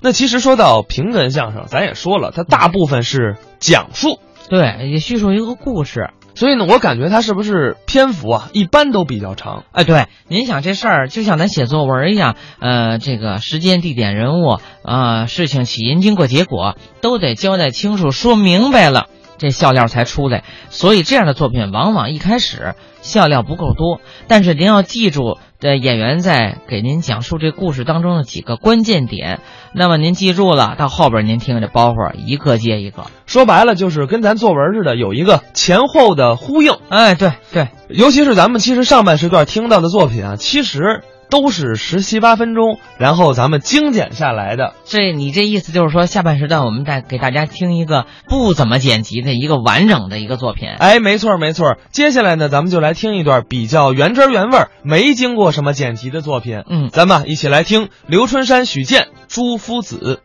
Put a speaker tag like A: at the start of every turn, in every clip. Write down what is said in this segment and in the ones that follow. A: 那其实说到评文相声，咱也说了，它大部分是讲述，
B: 对，也叙述一个故事。
A: 所以呢，我感觉它是不是篇幅啊，一般都比较长。
B: 哎，对，您想这事儿就像咱写作文一样，呃，这个时间、地点、人物，呃，事情起因、经过、结果都得交代清楚，说明白了，这笑料才出来。所以这样的作品往往一开始笑料不够多，但是您要记住，呃，演员在给您讲述这故事当中的几个关键点，那么您记住了，到后边您听这包袱一个接一个。
A: 说白了，就是跟咱作文似的，有一个前后的呼应。
B: 哎，对对，
A: 尤其是咱们其实上半时段听到的作品啊，其实都是十七八分钟，然后咱们精简下来的。
B: 这你这意思就是说，下半时段我们再给大家听一个不怎么剪辑的一个完整的一个作品。
A: 哎，没错儿没错儿。接下来呢，咱们就来听一段比较原汁儿原味儿、没经过什么剪辑的作品。
B: 嗯
A: 咱们啊一起来听刘春山、许健、朱夫子。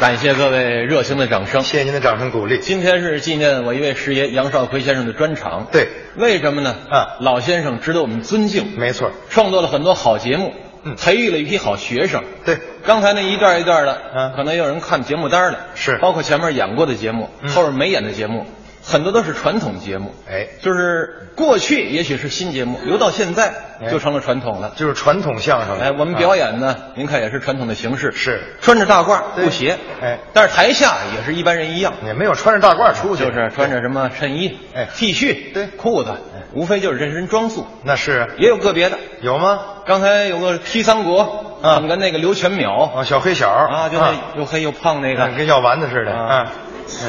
C: 感谢各位热情的掌声。
D: 谢谢您的掌声鼓励。
C: 今天是纪念我一位师爷杨少奎先生的专场。
D: 对，
C: 为什么呢？
D: 啊
C: 老先生值得我们尊敬，
D: 没错，
C: 创作了很多好节目，
D: 嗯
C: 培育了一批好学生。
D: 对，
C: 刚才那一段一段的，
D: 嗯
C: 可能有人看节目单了，
D: 是
C: 包括前面演过的节目，
D: 嗯
C: 后面没演的节目，很多都是传统节目。
D: 哎
C: 就是过去也许是新节目，留到现在
D: 哎
C: 就成了传统了。
D: 就是传统相声。
C: 哎，我们表演呢，您看也是传统的形式，
D: 啊是
C: 穿着大褂
D: 对
C: 布鞋，
D: 哎
C: 但是台下也是一般人一样，
D: 啊也没有穿着大褂出去，
C: 就是穿着什么衬衣、
D: 哎
C: T 恤、
D: 对哎
C: 裤子，无非就是这身装束，
D: 那是
C: 也有个别的。
D: 有吗？
C: 刚才有个踢三国，
D: 啊
C: 怎么跟那个刘全淼
D: 啊，小黑小
C: 啊，就那又黑又胖那
D: 那
C: 个
D: 跟药丸子似的啊。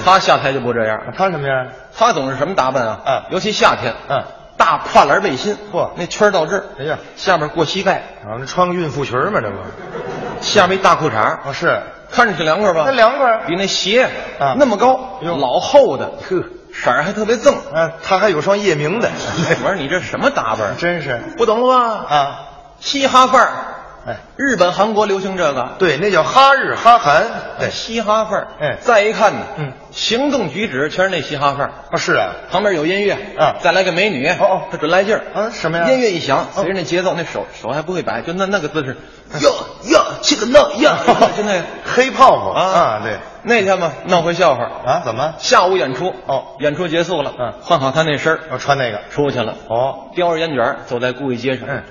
C: 他下台就不这样，
D: 他什么样？
C: 他总是什么打扮啊？
D: 嗯
C: 尤其夏天，
D: 嗯，
C: 大跨栏背心，
D: 嚯
C: 那圈儿到这儿，
D: 哎呀
C: 下面过膝盖，
D: 啊，那穿个孕妇裙儿嘛，这不？
C: 下面一大裤衩，
D: 哦，是，
C: 看着挺凉快吧？
D: 那凉快
C: 比那鞋
D: 啊
C: 那么高，
D: 哟
C: 老厚的，
D: 呵，
C: 色儿还特别锃。
D: 啊，他还有双夜明 的，
C: 我说你这什么打扮？
D: 真是
C: 不懂了吧？
D: 啊，
C: 嘻哈范儿，
D: 哎，
C: 日本、韩国流行这个，
D: 对，那叫哈日哈韩，对，
C: 嘻哈范儿。
D: 哎
C: 再一看呢，
D: 嗯，
C: 行动举止全是那嘻哈范儿。
D: 啊，是啊，
C: 旁边有音乐，
D: 啊
C: 再来个美女，
D: 哦哦
C: 他准来劲儿，
D: 啊什么呀哦
C: 音乐一响，随着那节奏，那手手还不会摆，就那那个姿势，
D: 啊
C: 哟哟，这个那 哟，就那个
D: 黑泡泡啊，对，
C: 那天嘛闹回笑话，
D: 啊，怎么？
C: 下午演出
D: 哦
C: 演出结束了，
D: 嗯
C: 换好他那身儿
D: 要穿那个？
C: 出去了，
D: 哦，
C: 叼着烟卷儿走在故意街上，
D: 嗯，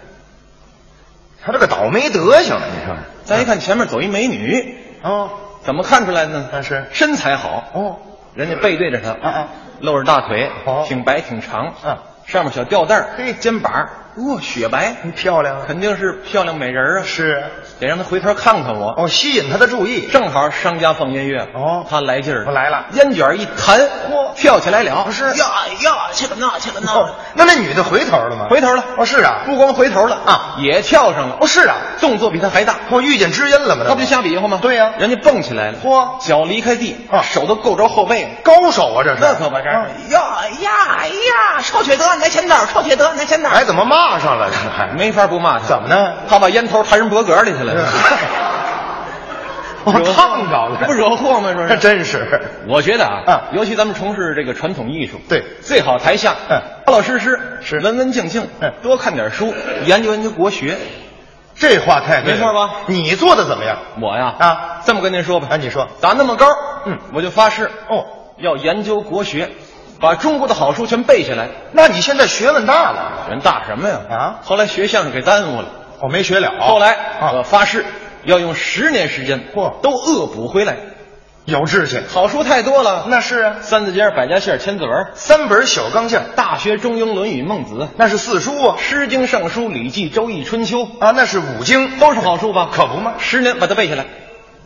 D: 他这个倒霉德行，你说是？
C: 再一看前面走一美女，
D: 哦，
C: 怎么看出来呢？
D: 那是
C: 身材好，
D: 嗯哦，
C: 人家背对着他，
D: 啊啊
C: 露着大腿，
D: 哦
C: 挺白挺长，
D: 嗯
C: 上面小吊带儿
D: 嘿
C: 肩膀儿，哇，雪白，
D: 你漂亮啊，
C: 肯定是漂亮美人儿啊，
D: 是
C: 得让他回头看看我。
D: 哦，吸引他的注意。
C: 正好商家放音乐，
D: 哦
C: 他来劲儿
D: 我，来了
C: 烟卷儿一弹，
D: 嚯哦
C: 跳起来了，
D: 是啊
C: 呀呀，去了那去了
D: 哦
C: 那，，
D: 那那女的回头了吗？
C: 回头了，
D: 哦，是啊，
C: 不光回头了
D: 啊
C: 也跳上了，
D: 哦，是啊，
C: 动作比他还大。
D: 哦，遇见知音了吗？
C: 他不就瞎比划吗？
D: 对呀
C: 人家蹦起来了，
D: 嚯
C: 脚离开地，
D: 啊
C: 手都够着后背了。
D: 高手啊，这是
C: 那可不是，
D: 啊
C: 嗯哎呀呀呀，臭缺德，来前点儿，臭缺德，来前点
D: 哎，
C: 儿。
D: 怎么骂上了？这还
C: 没法不骂他，
D: 怎么嗯呢？
C: 他把烟头弹人脖梗里去 了，
D: 我
C: 惹祸
D: 烫着了，
C: 这不惹祸吗？说
D: 这真是
C: 我觉得啊，
D: 嗯
C: 尤其咱们从事这个传统艺术，
D: 对
C: 最好台下
D: 嗯
C: 老老实实，
D: 是
C: 文文静静
D: 嗯，
C: 多看点书，研究研究国学。
D: 这话太对了
C: 没错吧
D: 你做的怎么样？
C: 我呀
D: 啊
C: 这么跟您说吧，
D: 啊，你说
C: 打那么高，
D: 嗯
C: 我就发誓
D: 哦，
C: 要研究国学，把中国的好书全背下来。
D: 那你现在学问大了，
C: 人大什么呀？
D: 啊
C: 后来学相声给耽误了。
D: 我没学了。
C: 后来我
D: 啊，
C: 发誓要用十年时间，
D: 嚯
C: 都恶补回来。
D: 有志气，
C: 好书太多了，
D: 那是啊，
C: 三字经儿、百家姓儿、千字文儿、
D: 三本小钢线，
C: 大学、中庸、论语、孟子、
D: 那是四书啊，
C: 诗经、尚书、礼记、周易、春秋，
D: 啊，那是五经，
C: 都是好书吧？
D: 可不嘛
C: 十年把它背下来，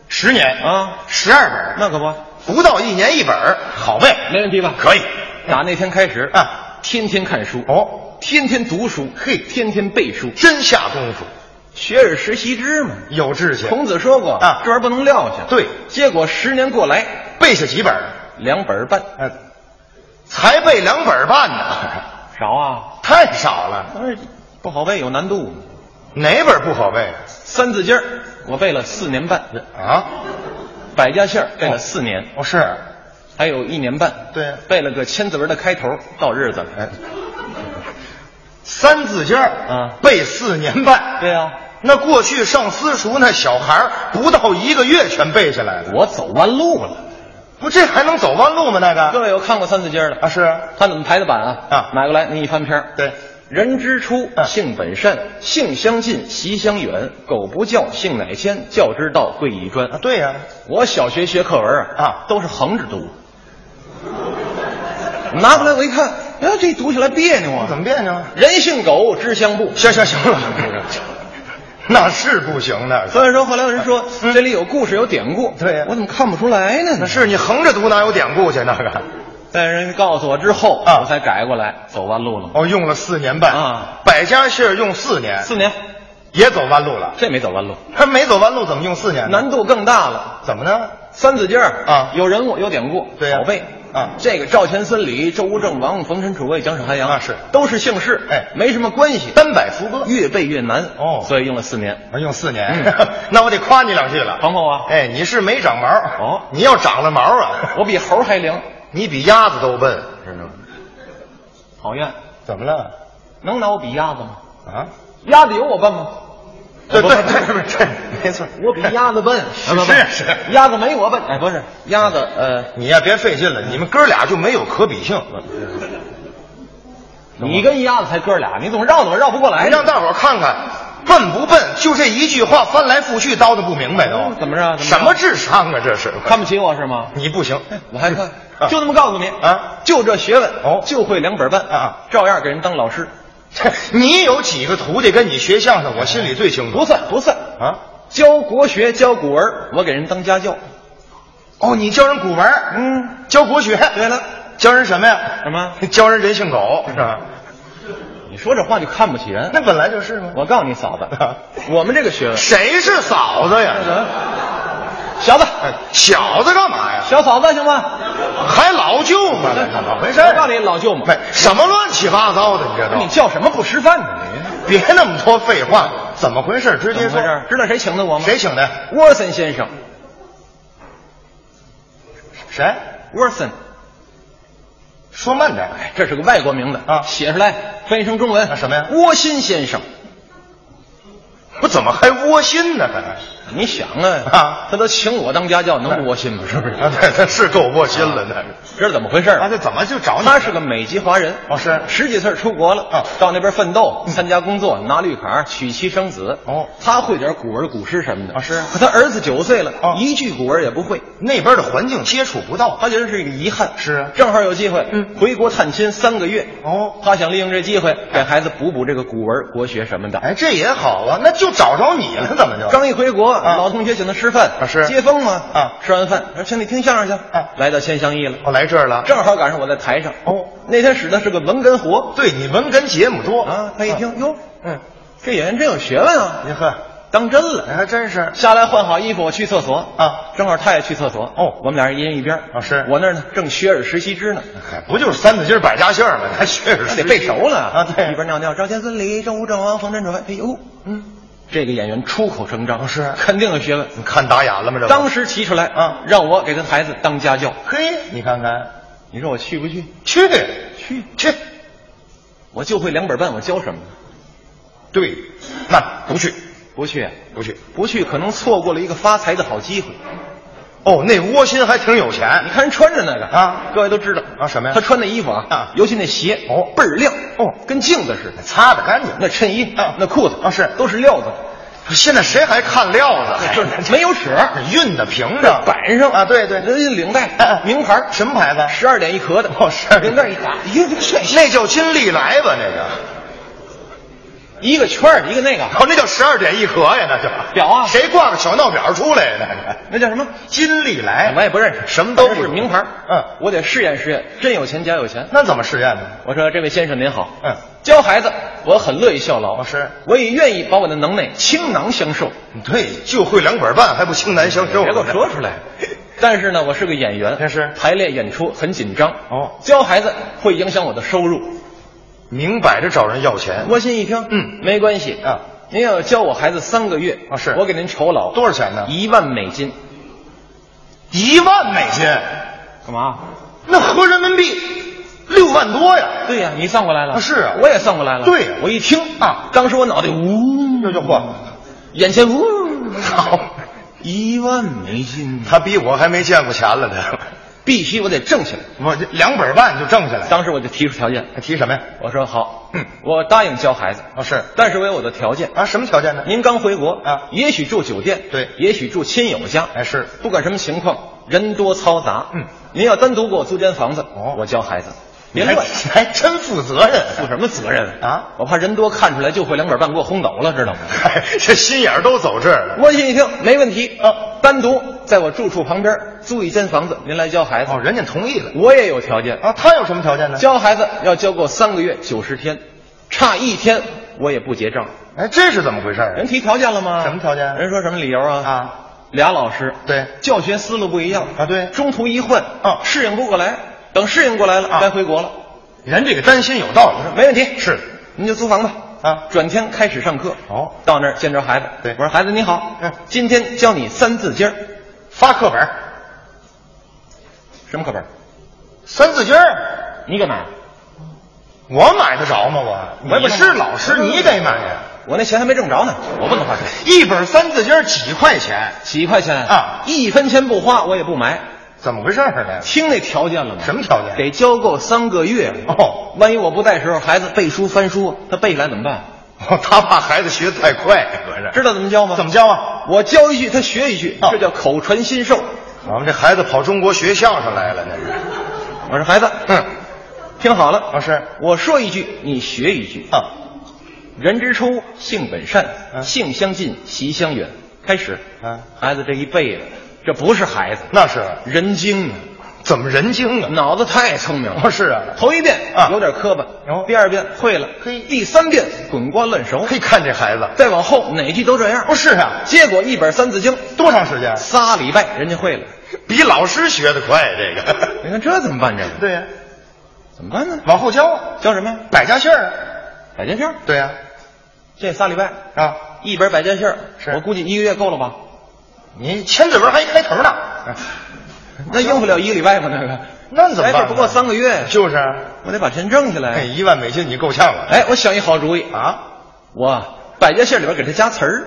D: 十年
C: 啊
D: 十二本，
C: 那可不，
D: 不到一年一本儿，好背，
C: 没问题吧？
D: 可以。
C: 打那天开始
D: 啊，
C: 天天看书，
D: 哦，
C: 天天读书，嘿，天天背书，
D: 真下功夫，
C: 学而时习之嘛。
D: 有志气。
C: 孔子说过
D: 啊
C: 这玩意儿不能撂下。
D: 对
C: 结果十年过来，
D: 背下几本儿？
C: 两本儿半，
D: 呃，才背两本儿半 呢，
C: 少啊，
D: 太少了。
C: 当然哎不好背，有难度。
D: 哪本儿不好背
C: 三字经儿我背了四年半，
D: 啊？
C: 百家姓儿背了四年，
D: 哦，是，
C: 还有一年半，
D: 对
C: 背了个千字文的开头，到日子了。
D: 哎，三字经儿
C: 啊
D: 背四年半。
C: 对啊，
D: 那过去上私塾那小孩儿不到一个月全背下来了，
C: 我走弯路了。
D: 不这还能走弯路吗？那
C: 各
D: 个
C: 位有看过三字经的
D: 啊？是
C: 他怎么排的版啊？
D: 啊
C: 买过来你一翻篇儿
D: 对
C: 人之初，
D: 嗯
C: 性本善，性相近，习相远。苟不教，性乃迁。教之道，贵以专
D: 啊，。对呀、
C: 我小学学课文啊
D: 啊
C: 都是横着 读。拿过来我一看，哎、这读起来别扭
D: 怎
C: 啊！
D: 么别扭啊？
C: 人性狗，知相不。
D: 行行行了，那是不行的。
C: 所以说，后来有人说、这里有故事，有典故。
D: 嗯对呀
C: 我怎么看不出来呢？
D: 那是你横着读哪有典故去？那个
C: 但是人家告诉我之后，
D: 啊
C: 我才改过来，走弯路了。
D: 哦，用了四年半
C: 啊，
D: 百家姓儿用四年，
C: 四年，
D: 也走弯路了。
C: 这没走弯路，
D: 他没走弯路怎么用四年呢？
C: 难度更大了。
D: 怎么呢？
C: 三字经儿
D: 啊
C: 有人物有典故，
D: 对呀
C: 好背
D: 啊
C: 这个赵钱孙李周吴郑王冯陈楚卫蒋沈韩杨
D: 啊是
C: 都是姓氏，
D: 哎
C: 没什么关系，
D: 单摆福歌，
C: 越背越难
D: 哦
C: 所以用了四年。
D: 啊用四年，
C: 嗯
D: 那我得夸你两句了。
C: 鹏鹏啊
D: 哎，你是没长毛
C: 哦
D: 你要长了毛啊，
C: 我比猴还灵，
D: 你比鸭子都笨，知道吗？
C: 讨厌，
D: 怎么了？
C: 能拿我比鸭子吗？
D: 啊？
C: 鸭子有我笨 吗？
D: 对
C: 不
D: 对对对对，没错，
C: 我比鸭子 笨，
D: 是
C: 啊不不
D: 是是
C: 鸭子没我笨，哎，不是鸭子，呃，
D: 你呀，别费劲了，你们哥俩就没有可比性。
C: 你跟鸭子才哥俩，你总绕怎么绕不过来
D: 哎，
C: 呢？
D: 让大伙儿看看，笨不笨？就这一句话翻来覆去叨的不明白都
C: 嗯。怎么着怎么着
D: 什么智商啊？这是
C: 看不起我是吗？
D: 你不行，
C: 我还看
D: 啊，
C: 就那么告诉你
D: 啊
C: 就这学问
D: 哦
C: 就会两本半
D: 啊，
C: 照样给人当老师，
D: 你有几个徒弟跟你学相声？我心里最清楚。
C: 不算不算，
D: 啊，
C: 教国学教古文，我给人当家教，
D: 哦，你教人古文，
C: 嗯，
D: 教国学。对
C: 了，
D: 教人什么呀？
C: 什么？嗯
D: 教人人性狗是吧？
C: 你说这话就看不起人。
D: 那本来就是嘛。
C: 我告诉你嫂子， 我们这个学问，
D: 谁是嫂子呀？
C: 小子，
D: 哎小子干嘛呀？
C: 小嫂子行吗？
D: 还老舅吗？那怎么回事？
C: 我告诉你，老舅嘛，
D: 没什么乱七八糟的，你这
C: 你
D: 都
C: 叫什么不吃饭呢？
D: 别那么多废话，怎么回事？直
C: 你
D: 接
C: 怎么
D: 说
C: 回。事？知道谁请的我吗？
D: 谁请的？
C: 沃森先生，
D: 谁？
C: 沃森，
D: 说慢点。
C: 哎，这是个外国名字
D: 啊
C: 写出来翻译成中文
D: 啊什么呀
C: 窝心先生。
D: 我怎么还窝心呢？还
C: 你想啊，
D: 啊
C: 他都请我当家教，能不窝心吗？是不是？
D: 啊，对，他是够窝心了，那是。
C: 这是怎么回事儿？
D: 啊，这怎么就找你？
C: 他是个美籍华人，
D: 哦是
C: 十几岁出国了，
D: 啊
C: 到那边奋斗，参加工作，拿绿卡，娶妻生子。
D: 哦
C: 他会点古文、古诗什么的。
D: 啊是
C: 可他儿子九岁了
D: 哦，
C: 一句古文也不会，
D: 那边的环境接触不到。
C: 他觉得是一个遗憾。
D: 是啊
C: 正好有机会，
D: 嗯
C: 回国探亲三个月。
D: 哦
C: 他想利用这机会给孩子补补这个古文、国学什么的。
D: 哎，这也好啊，那就找着你了，怎么就？
C: 刚一回国，
D: 啊
C: 老同学请他吃饭，
D: 啊是
C: 接风嘛，
D: 啊
C: 吃完饭，说请你听相声去，
D: 啊
C: 来到千香艺了，
D: 我来这儿了。
C: 正好赶上我在台上，
D: 哦，
C: 那天使的是个文根活
D: 对你文跟节目多
C: 啊，他一，听哟，
D: 嗯，
C: 这演员真有学问啊，
D: 您呵，
C: 当真了，
D: 哎还真是
C: 下来换好衣服，我去厕所
D: 啊，
C: 正好他也去厕所，
D: 哦
C: 我们俩人一人一边，
D: 啊是
C: 我那儿呢正学而时习之呢，
D: 嗨不就是三字经百家姓吗？还确
C: 那
D: 实
C: 得背熟了
D: 啊。对，
C: 一边尿尿，赵钱孙李郑吴郑王冯陈楚卫，哎呦，嗯，这个演员出口成章，
D: 啊是
C: 肯定有学问，
D: 你看打眼了吗？这不
C: 当时提出来
D: 啊
C: 让我给他孩子当家教。
D: 嘿，你看看，
C: 你说我去不去？
D: 去
C: 去，
D: 去，
C: 我就会两本半，我教什么呢？
D: 对，那不去
C: 不去，啊
D: 不去。
C: 不去，可能错过了一个发财的好机会。
D: 哦，那窝心还挺有
C: 你
D: 钱。
C: 看人穿着那个
D: 啊
C: 各位都知道
D: 啊什么呀
C: 他穿那衣服啊，
D: 啊
C: 尤其那鞋
D: 哦
C: 倍儿亮
D: 哦
C: 跟镜子似的。
D: 擦的干净，
C: 那衬衣
D: 啊
C: 那裤子
D: 啊是
C: 都是料子，
D: 现在谁还看料子？
C: 就是 没有褶儿，
D: 熨的平整，
C: 板上
D: 啊，对对，
C: 人家领
D: 哎哎
C: 带名牌
D: 什么牌子
C: 十二点一格的，
D: 哦12
C: 领带一打，哎呦，帅气
D: 那叫金利来吧，那个，
C: 一个圈儿一个那个
D: 哦，那叫十二点一盒呀，那叫
C: 表啊
D: 谁挂个小闹表出来呀？
C: 那
D: 那 个
C: 叫什么？
D: 金利来，
C: 我也不认识，
D: 什么哎
C: 反
D: 都不
C: 正是
D: 懂
C: 名牌。啊
D: 嗯，
C: 我得试验试验，真有钱假有钱。
D: 那怎么试验呢？
C: 我说：“这位先生您好，
D: 嗯，
C: 教孩子我很乐意效劳，
D: 哦是
C: 我也愿意把我的能耐倾囊相授，
D: 对，就会两本半，还不倾囊相授？
C: 别给我说出来。但是呢，我是个演员，
D: 这是
C: 排练演出很紧张，
D: 哦
C: 教孩子会影响我的收入。
D: 明摆着找人要钱，
C: 郭鑫一听，
D: 嗯
C: 没关系
D: 啊，
C: 您要教我孩子三个月
D: 啊是
C: 我给您酬劳
D: 多少钱呢
C: 一万美金，
D: 一万美金，
C: 干嘛？
D: 那合人民币六万多呀！
C: 对呀、你算过来了，
D: 啊是啊
C: 我也算过来了，
D: 对呀
C: 我一听
D: 啊
C: 当时我脑袋呜，
D: 这就嚯，
C: 眼前呜，
D: 好，
C: 一万没进，
D: 他比我还没见过钱了呢。
C: 必须我得挣起来。
D: 我这两本半就挣下来。
C: 当时我就提出条件，
D: 还提什么呀？
C: 我说好，
D: 嗯
C: 我答应教孩子，
D: 哦，是
C: 但是我有我的条件。
D: 啊，什么条件呢？
C: 您刚回国
D: 啊
C: 也许住酒店，
D: 对
C: 也许住亲友家，
D: 哎是
C: 不管什么情况，人多嘈杂，
D: 嗯，
C: 您要单独给我租间房子，
D: 哦
C: 我教孩子，别
D: 你还
C: 乱。
D: 还真负责任，
C: 负什么责任
D: 啊
C: 我怕人多看出来就会两点半给我轰走了，知道吗？
D: 哎这心眼儿都走这儿了。
C: 我一听没问题
D: 啊，
C: 单独在我住处旁边租一间房子，您来教孩子
D: 哦，。人家同意了
C: 我也有条件，
D: 啊。他有什么条件呢？
C: 教孩子要教够三个月九十天，差一天我也不结账。
D: 哎，这是怎么回事儿
C: 人
D: 啊？
C: 提条件了吗？
D: 什么条件
C: 人说什么理由啊？
D: 啊，
C: 俩老师，
D: 对
C: 教学思路不一样
D: 啊对
C: 中途一换
D: 啊
C: 适应不过来，等适应过来了，
D: 啊
C: 该回国了，
D: 人这个担心有道理，
C: 没问题，
D: 是
C: 您就租房吧。
D: 啊
C: 转天开始上课，
D: 哦
C: 到那儿见着孩子，
D: 对
C: 我说孩子你好，
D: 嗯
C: 今天教你三字经儿，
D: 发课本儿，
C: 什么课本？
D: 三字经儿，
C: 你给买？
D: 我买得着吗？我
C: 你
D: 我
C: 买
D: 也是老师，你得买呀。
C: 我那钱还没挣着呢，我不能花钱，
D: 一本三字经儿几块钱，
C: 几块钱
D: 啊
C: 一分钱不花我也不买。
D: 怎么回事儿呢？
C: 听那条件了吗？
D: 什么条件
C: 得交够三个月。
D: 哦，
C: 万一我不在时候，孩子背书翻书，他背起来怎么办？
D: 哦他怕孩子学得太快，合着
C: 知道怎么教吗？
D: 怎么？教啊？
C: 我教一句，他学一句，
D: 哦
C: 这叫口传心授。
D: 我们这孩子跑中国学相声来了，那是。
C: 我说孩子，
D: 嗯，
C: 听好了，
D: 老师
C: 我说一句，你学一句。
D: 啊，
C: 人之初，性本善，
D: 嗯
C: 性相近，习相远。开始，
D: 嗯
C: 孩子这一辈子，这不是孩子，
D: 那是
C: 人精啊，
D: 怎么人精啊？
C: 脑子太聪明了。
D: 哦是啊
C: 头一遍
D: 啊
C: 有点磕巴
D: 哦，
C: 第二遍会了，
D: 嘿
C: 第三遍滚瓜烂熟，
D: 可以看这孩子，
C: 再往后哪句都这样。
D: 不是啊？
C: 结果一本《三字经》，
D: 多长时间？
C: 仨礼拜人家会了。
D: 比老师学得快，这个。
C: 你看这怎么办？这个
D: 对呀、
C: 怎么办呢？
D: 往后教啊，
C: 教什么呀？
D: 百家姓儿啊。
C: 百家姓儿。
D: 对呀、
C: 这仨礼拜
D: 啊，
C: 一本百家姓儿，
D: 是
C: 我估计一个月够了吧？
D: 你千字文还一开头呢，
C: 那应付了一个礼拜吗？那个
D: 那怎
C: 来
D: 么办呢？
C: 份哎不够三个月，
D: 就是啊，
C: 我得把钱挣起
D: 哎，
C: 来。
D: 一万美金你够呛了。
C: 哎，我想一好主意，
D: 啊，
C: 我百家姓里边给它加词儿，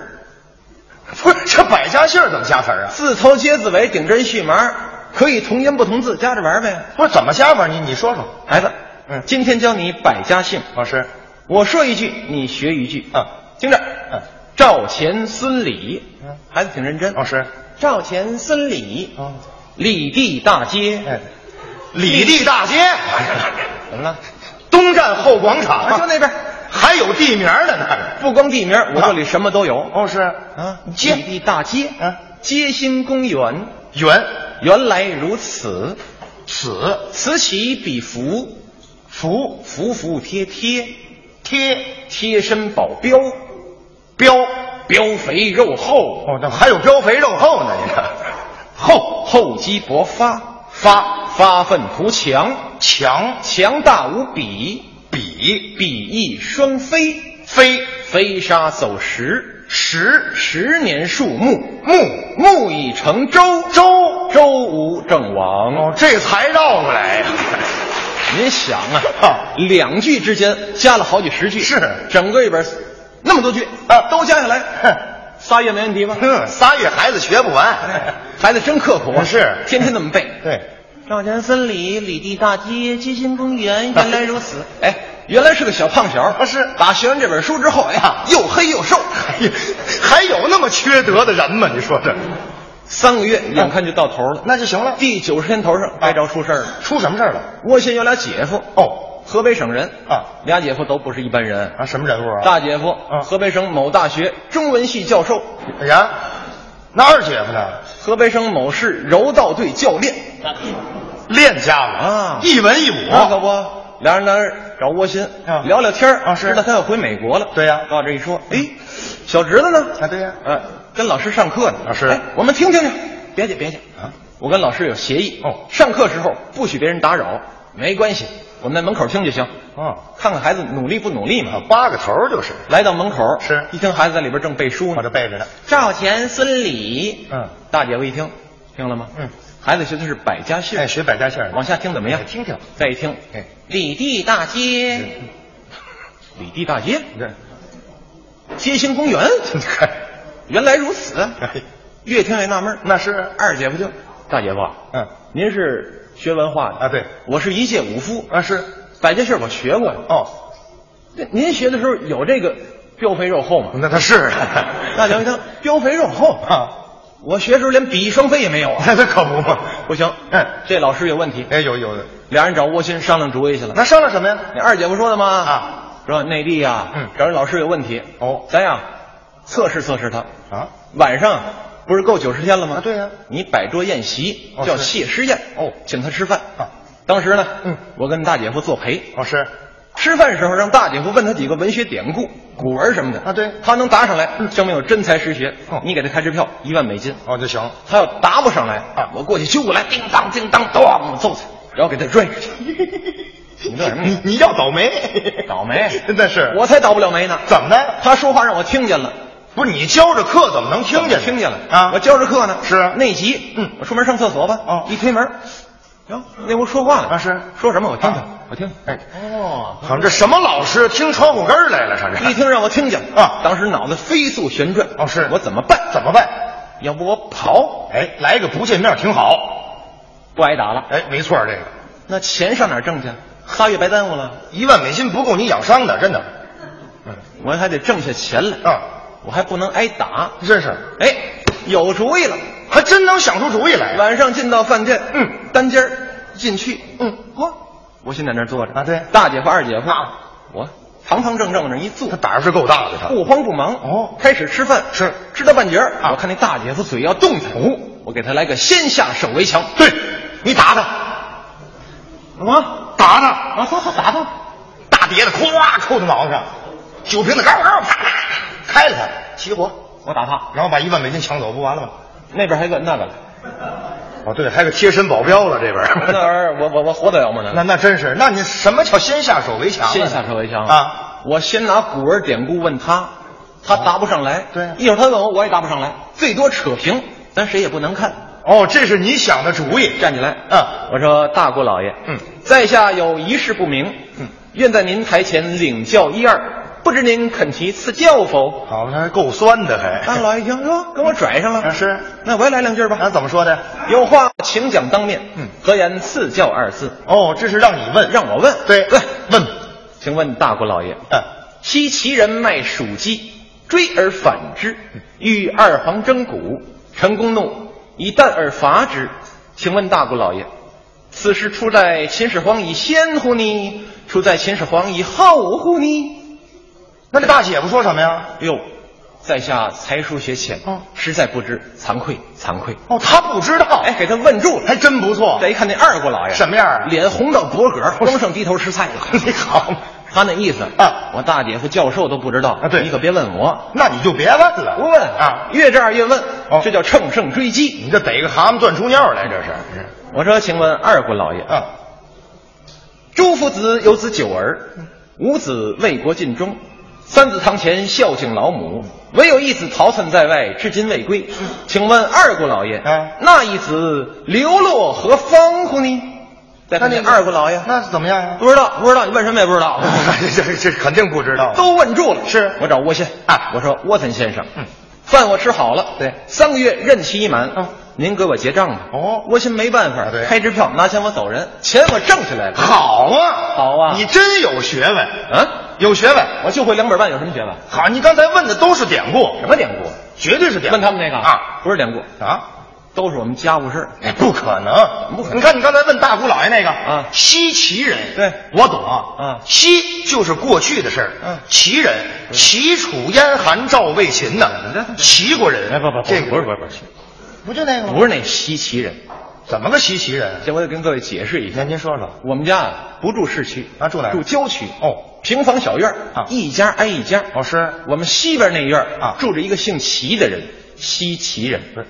D: 不是这百家姓儿怎么加词儿啊？
C: 字头接字尾，顶针续麻，可以同音不同字，加着玩儿呗。
D: 不是怎么加法？你你说说，
C: 孩子，
D: 嗯
C: 今天教你百家姓，
D: 老师。
C: 我说一句，你学一句。啊
D: 嗯，
C: 听着，
D: 嗯，
C: 赵钱孙李
D: 嗯，
C: 孩子挺认真。
D: 老师。
C: 赵钱孙李，
D: 啊，
C: 李地大街，
D: 哎，李地大街，
C: 哎怎么了？
D: 东站后广场
C: 啊
D: 啊，
C: 就那边
D: 还有地名呢，那是。
C: 不光地名，我这里什么都有。
D: 哦，是
C: 啊
D: 啊，
C: 李地大啊街，
D: 嗯
C: 街心公园，
D: 原
C: 原来如此，
D: 此
C: 此起彼伏，
D: 福
C: 服服帖帖，
D: 贴
C: 贴身保镖，
D: 标
C: 膘肥肉厚，
D: 哦，那哦还有膘肥肉厚呢，你看
C: 厚厚积薄发，发发愤图强，
D: 强
C: 强大无比，
D: 比
C: 比翼双飞，
D: 飞
C: 飞沙走石，
D: 石
C: 十年树木，
D: 木
C: 木已成舟，
D: 周
C: 舟无正
D: 哦
C: 王。，
D: 这才绕过来呀。
C: 您想啊
D: 啊，
C: 两句之间加了好几十句，
D: 是
C: 整个一本那么多句
D: 啊
C: 都加下
D: 哼
C: 来，仨月没问题吧？
D: 嗯，仨月孩子学不完。
C: 孩子真刻苦啊，
D: 是
C: 天天那么背。
D: 对，
C: 赵钱孙李，李地大街，街心公 园，原来如此。哎，原来是个小胖小儿，
D: 啊是
C: 打学完这本书之后，哎呀，又黑又瘦，
D: 哎呀还有那么缺德的人吗？你说这，
C: 三个月眼看就到头了。
D: 啊那就行了。啊
C: 第九十天头上该着出事儿了。
D: 出什么事儿了？
C: 我先有俩姐夫，
D: 哦，
C: 河北省人
D: 啊，
C: 俩姐夫都不是一般人。
D: 啊，什么人物啊？
C: 大姐夫，
D: 嗯
C: 河北省某大学中文系教授，
D: 哎呀，那二姐夫呢？
C: 河北省某市柔道队教练，
D: 练家了
C: 啊
D: 一文一武。
C: 那可不。俩人来这儿找窝心，
D: 啊
C: 聊聊天儿
D: 啊是
C: 知道他要回美国了。
D: 对呀
C: 到这一说，哎，小侄子呢？
D: 啊对呀
C: 哎，跟老师上课呢。
D: 老师
C: 哎我们听听去，别介别介
D: 啊，
C: 我跟老师有协议。
D: 哦
C: 上课时候不许别人打扰，没关系，我们在门口听就行，
D: 啊，
C: 看看孩子努力不努力
D: 啊
C: 嘛。
D: 八个头儿就是，
C: 来到门口，
D: 是
C: 一听孩子在里边正背书
D: 我
C: 呢
D: 这，背着呢。
C: 赵钱孙李，
D: 嗯，
C: 大姐夫一听，听了吗？
D: 嗯，
C: 孩子学的是百家姓，
D: 哎，学百家姓儿
C: 往下听怎么样？
D: 听听。
C: 再一听
D: 哎，
C: 李地大街，李地大街，
D: 你这，
C: 街心公园，
D: 你看，
C: 原来如 此
D: 哎，
C: 越听越纳闷儿。
D: 那是
C: 二姐夫就大姐夫啊，
D: 嗯
C: 您是学文化的
D: 啊对
C: 我是一介武夫
D: 啊是
C: 百家姓我学过呀。
D: 哦，
C: 那您学的时候有这个膘肥肉厚吗？
D: 那他是
C: 大姐夫一听膘肥肉厚
D: 啊，
C: 我学的时候连比翼双飞也没有啊，
D: 那他可不嘛，
C: 不行，
D: 嗯，
C: 这老师有问题。
D: 哎有有的，
C: 俩人找窝心商量主意去了。
D: 那商量什么呀？
C: 那二姐夫说的嘛，
D: 啊，
C: 说内地啊，
D: 嗯
C: 找人老师有问题，
D: 哦
C: 咱呀测试测试他。
D: 啊，
C: 晚上不是够九十天了吗？
D: 啊对呀
C: 你摆桌宴席
D: 哦
C: 叫
D: 是
C: 谢师宴，
D: 哦
C: 请他吃饭
D: 啊。
C: 当时呢，
D: 嗯
C: 我跟大姐夫作陪，
D: 哦是，
C: 吃饭时候让大姐夫问他几个文学典故、古文什么的
D: 啊对嗯
C: 他能答上来，证明有真才实学
D: 哦。
C: 你给他开支票一万美金，
D: 哦就行，
C: 他要答不上来
D: 啊
C: 我过去揪过来，叮当叮当，咣揍他，然后给他拽出 去。你乐什么
D: 你
C: 呢？
D: 你要倒霉，
C: 倒霉
D: 那是
C: 我才倒不了霉呢。
D: 怎么的？
C: 他说话让我听见了，
D: 不是你教着课怎么能听见呢？
C: 听见了
D: 啊！
C: 我教着课呢，
D: 是啊
C: 内急，
D: 嗯
C: 我出门上厕所吧，
D: 哦
C: 一推门，哟，那屋说话了
D: 啊是
C: 说什么我听听
D: 啊，
C: 我听听，
D: 哎，
C: 哦，
D: 好，这什么老师听窗户根儿来了？上这
C: 一听让我听见
D: 啊
C: 当时脑子飞速旋转，
D: 哦是
C: 我怎么办？
D: 怎么办？
C: 要不我跑，
D: 哎，来个不见面挺好。
C: 不挨打了，
D: 哎，没错儿，这个
C: 那钱上哪儿挣去？仨月白耽误了，
D: 一万美金不够你养伤的，真的。嗯
C: 我还得挣下钱来，
D: 啊，
C: 我还不能挨打，
D: 真是，
C: 哎，有主意了。
D: 还真能想出主意来
C: 晚上进到饭店，
D: 嗯
C: 单间儿进去，
D: 嗯，
C: 嚯，我先在那儿坐着
D: 啊对啊
C: 大姐夫、二姐夫，我堂堂正正的一坐
D: 他，胆儿是够大的，他
C: 不慌不忙。
D: 哦
C: 开始吃饭，
D: 是
C: 吃到半截儿
D: 啊
C: 我看那大姐夫嘴要动弹，我给他来个先下手为强。
D: 对，你打他，
C: 啊，
D: 打他，
C: 啊，好好打他。
D: 大碟子咵扣他脑袋上，酒瓶子高高啪啪开了他，起火，
C: 我打他，
D: 然后把一万美金抢走，不完了吗？
C: 那边还有个那个了，
D: 哦，对，还有个贴身保镖了，这 边
C: 那玩意儿我我我活得了吗？
D: 那
C: 那
D: 那真是，那你什么叫先下手为强啊？
C: 先下手为强
D: 啊！！
C: 我先拿古文典故问他，他答不上来。
D: 对
C: 一会儿他问我，我也答不上来，最多扯平，咱谁也不能看。
D: 哦，这是你想的主意。
C: 站起来，
D: 嗯，
C: 啊我说大姑老爷，
D: 嗯，
C: 在下有一事不明，
D: 嗯，
C: 愿在您台前领教一二，不知您肯提赐教否？
D: 好，还够酸的还。
C: 大老爷一听，哟，跟我拽上
D: 啊
C: 了。
D: 是，
C: 那我也来两句吧。
D: 啊，怎么说的？
C: 有话请讲当面。
D: 嗯
C: 何言赐教二字？
D: 哦，这是让你问，
C: 让我问。
D: 对
C: 对，
D: 问，
C: 请问大姑老爷，
D: 嗯，
C: 西岐人卖黍鸡，追而反之，欲二皇争骨。陈公怒，以弹而伐之。请问大姑老爷，此事出在秦始皇以先乎呢？出在秦始皇以后乎呢？
D: 那这大姐夫说什么呀？
C: 哟，在下才疏学浅，
D: 哦
C: 实在不知，惭愧惭愧。
D: 哦，他不知道，
C: 哎，，给他问住了。
D: 还真不错。
C: 再一看那二姑老爷
D: 哦什么样啊
C: 脸红到脖梗，光剩低头吃菜了。
D: 你好嘛，
C: 他那意思
D: 啊
C: 我大姐夫教授都不知道
D: 啊对
C: 你可别问我，
D: 那你就别问了，
C: 不问
D: 啊，
C: 越这样越问
D: 哦，
C: 这叫乘胜追击。
D: 你这逮个蛤蟆钻出尿来，这是。
C: 我说，请问二姑老爷，
D: 啊，
C: 朱夫子有子九儿，五子为国尽忠，三子堂前孝敬老母，唯有一子逃窜在外，至今未归。请问二姑老爷，
D: 哎
C: 那一子流落何方乎呢？再看那二姑老爷，
D: 那怎么样呀？
C: 不知道，不知道，你问什么也不知 道。
D: 这这肯定不知道。
C: 都问住了。
D: 是
C: 我找沃先
D: 啊
C: 我说沃森先生，
D: 嗯，
C: 饭我吃好了，
D: 对
C: 三个月任期已满，
D: 嗯，
C: 您给我结账吧。
D: 哦
C: 沃先没办法
D: 啊，对
C: 开支票拿钱我走人，钱我挣起来了。
D: 好啊，
C: 好啊
D: 你真有学问，
C: 啊，
D: 有学问。
C: 我就会两本半，有什么学问？
D: 好，你刚才问的都是典故，
C: 什么典故？
D: 绝对是典故。
C: 问他们那个
D: 啊，
C: 不是典故，
D: 啊？
C: 都是我们家务事儿。
D: 哎，不可能，
C: 不可能
D: 你看你刚才问大姑姥爷那个
C: 啊
D: 西岐人，
C: 对
D: 我懂啊。
C: 嗯
D: 西就是过去的事儿，
C: 嗯
D: 齐人，齐楚燕韩赵魏秦呐
C: 对对，对
D: 齐国人。
C: 哎不不不
D: 这个
C: 不是不是不是，
D: 不就那个吗？
C: 不是那西岐人，
D: 怎么个西岐人？
C: 这我得跟各位解释一下。
D: 您说说。
C: 我们家啊不住市区
D: 啊住哪儿
C: 住郊区
D: 哦，
C: 平房小院儿
D: 啊
C: 一家挨一家。
D: 老师，
C: 我们西边那院儿
D: 啊
C: 住着一个姓齐的人，西岐人，
D: 不是，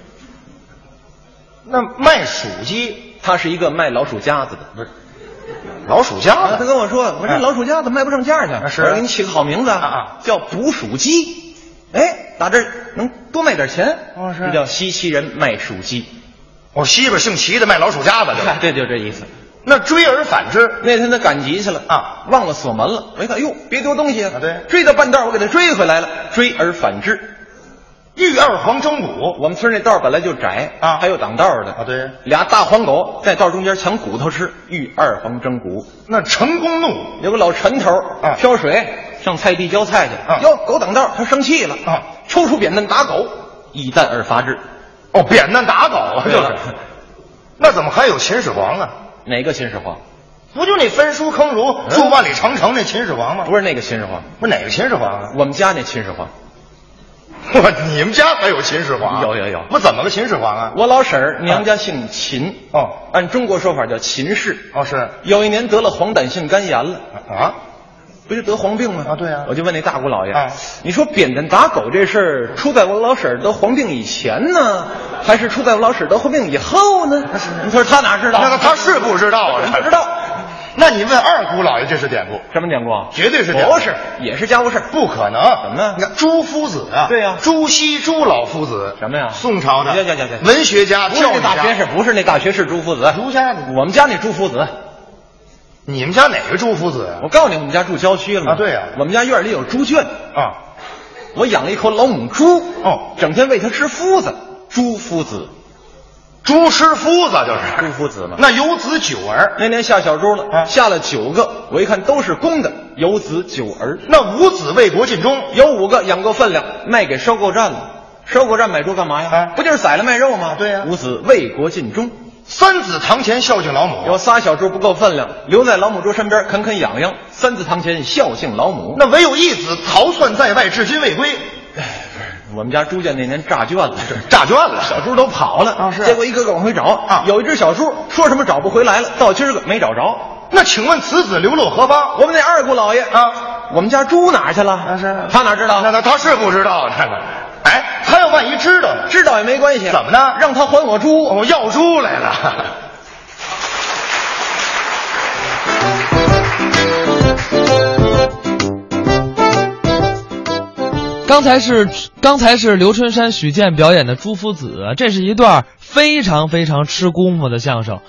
D: 那卖黍鸡
C: 他是一个卖老鼠夹子的。
D: 不是老鼠夹
C: 他
D: 子？
C: 跟我说，我这
D: 啊
C: 老鼠夹子卖不上价去，
D: 哎是
C: 我说给你起个好名字
D: 啊啊
C: 叫捕鼠鸡。哎，打这儿能多卖点钱，
D: 哦是
C: 这叫西岐人卖鼠鸡，
D: 我西边姓齐的卖老鼠夹子的，
C: 对，就这意思。
D: 那追而反之，
C: 那天他赶集去了
D: 啊，
C: 忘了锁门了。我一看，哟，别丢东西
D: 啊对
C: 追到半道儿我给他追回来了，追而反之，
D: 豫二黄争骨
C: 我们村那道儿本来就窄
D: 啊
C: 还有挡道儿的
D: 啊，，对，
C: 俩大黄狗在道中间抢骨头吃，遇二黄蒸骨。
D: 那陈公怒
C: 有个老陈头
D: 啊
C: 挑水上菜地浇菜去
D: 啊，
C: 哟，狗挡道，他生气了
D: 啊，
C: 抽出扁担打狗，一弹而发制。
D: 哦，扁担打狗啊，
C: 对
D: 就是
C: 了。
D: 那怎么还有秦始皇啊？
C: 哪个秦始皇？
D: 不就那焚书坑儒、住万里长城那秦始皇吗？
C: 嗯不是那个秦始皇，
D: 不是哪个秦始 皇啊？
C: 我们家那秦始皇。
D: 我你们家还有秦始皇？
C: 有有有
D: 不怎么个秦始皇啊？
C: 我老婶儿娘家姓秦，
D: 哦
C: 按中国说法叫秦氏。
D: 哦是
C: 有一年得了黄疸性肝炎了，
D: 啊，
C: 不就得黄病吗？
D: 啊对啊
C: 我就问那大姑老爷，
D: 哎
C: 你说扁担打狗这事儿，出在我老婶儿得黄病以前呢，还是出在我老婶儿得黄病以后呢？ 你说他哪知道？
D: 那个他是不知道啊，
C: 哪知道？
D: 那你问二姑老爷，这是典故，
C: 什么典故？
D: 绝对是典故
C: 不是，也是家务事儿。
D: 不可能。
C: 怎么呢
D: 你看朱夫子啊，
C: 对呀
D: 朱熹朱老夫子，
C: 什么呀
D: 宋朝的，
C: 行行行行
D: 文学家，
C: 不是
D: 教
C: 那
D: 育
C: 大学
D: 家。
C: 士，不是那大学士朱夫子，
D: 儒家的
C: 我们家那朱夫子，
D: 你们家哪个朱夫子啊呀
C: 我？告诉你，我们家住郊区了嘛
D: 啊对呀
C: 我们家院里有猪圈，
D: 啊，
C: 我养了一口老母猪，
D: 哦
C: 整天喂它吃麸子，猪夫子，
D: 朱师夫子 就是。
C: 猪夫子嘛。
D: 那有子九儿，
C: 那年下小猪了，
D: 啊
C: 下了九个，我一看都是公的，有子九儿，
D: 那五子为国尽忠，
C: 有五个养够分量，卖给收购站了。收购站买猪干嘛呀？
D: 哎
C: 不就是宰了卖肉吗？
D: 对呀
C: 五子为国尽忠。
D: 三子堂前孝敬老母。
C: 有仨小猪不够分量，留在老母猪身边啃啃痒痒。三字堂前孝敬老母。
D: 那唯有一子逃窜在外，至今未归，
C: 我们家猪圈那年炸圈了，
D: 诈捐了。
C: 小猪都跑了
D: 啊是
C: 结果一个个往回找
D: 啊
C: 有一只小猪说什么找不回来了，到今儿个没找着。
D: 那请问此子流落何方？
C: 我们那二姑老爷
D: 啊，
C: 我们家猪哪儿去了？他哪知道？
D: 那他他是不知道啊这个。哎，他要万一知道呢？
C: 知道也没关系。
D: 怎么呢
C: 让他还我猪。
D: 我要猪来了。
A: 刚才是刚才是刘春山、许健表演的《朱夫子》，这是一段非常非常吃功夫的相声。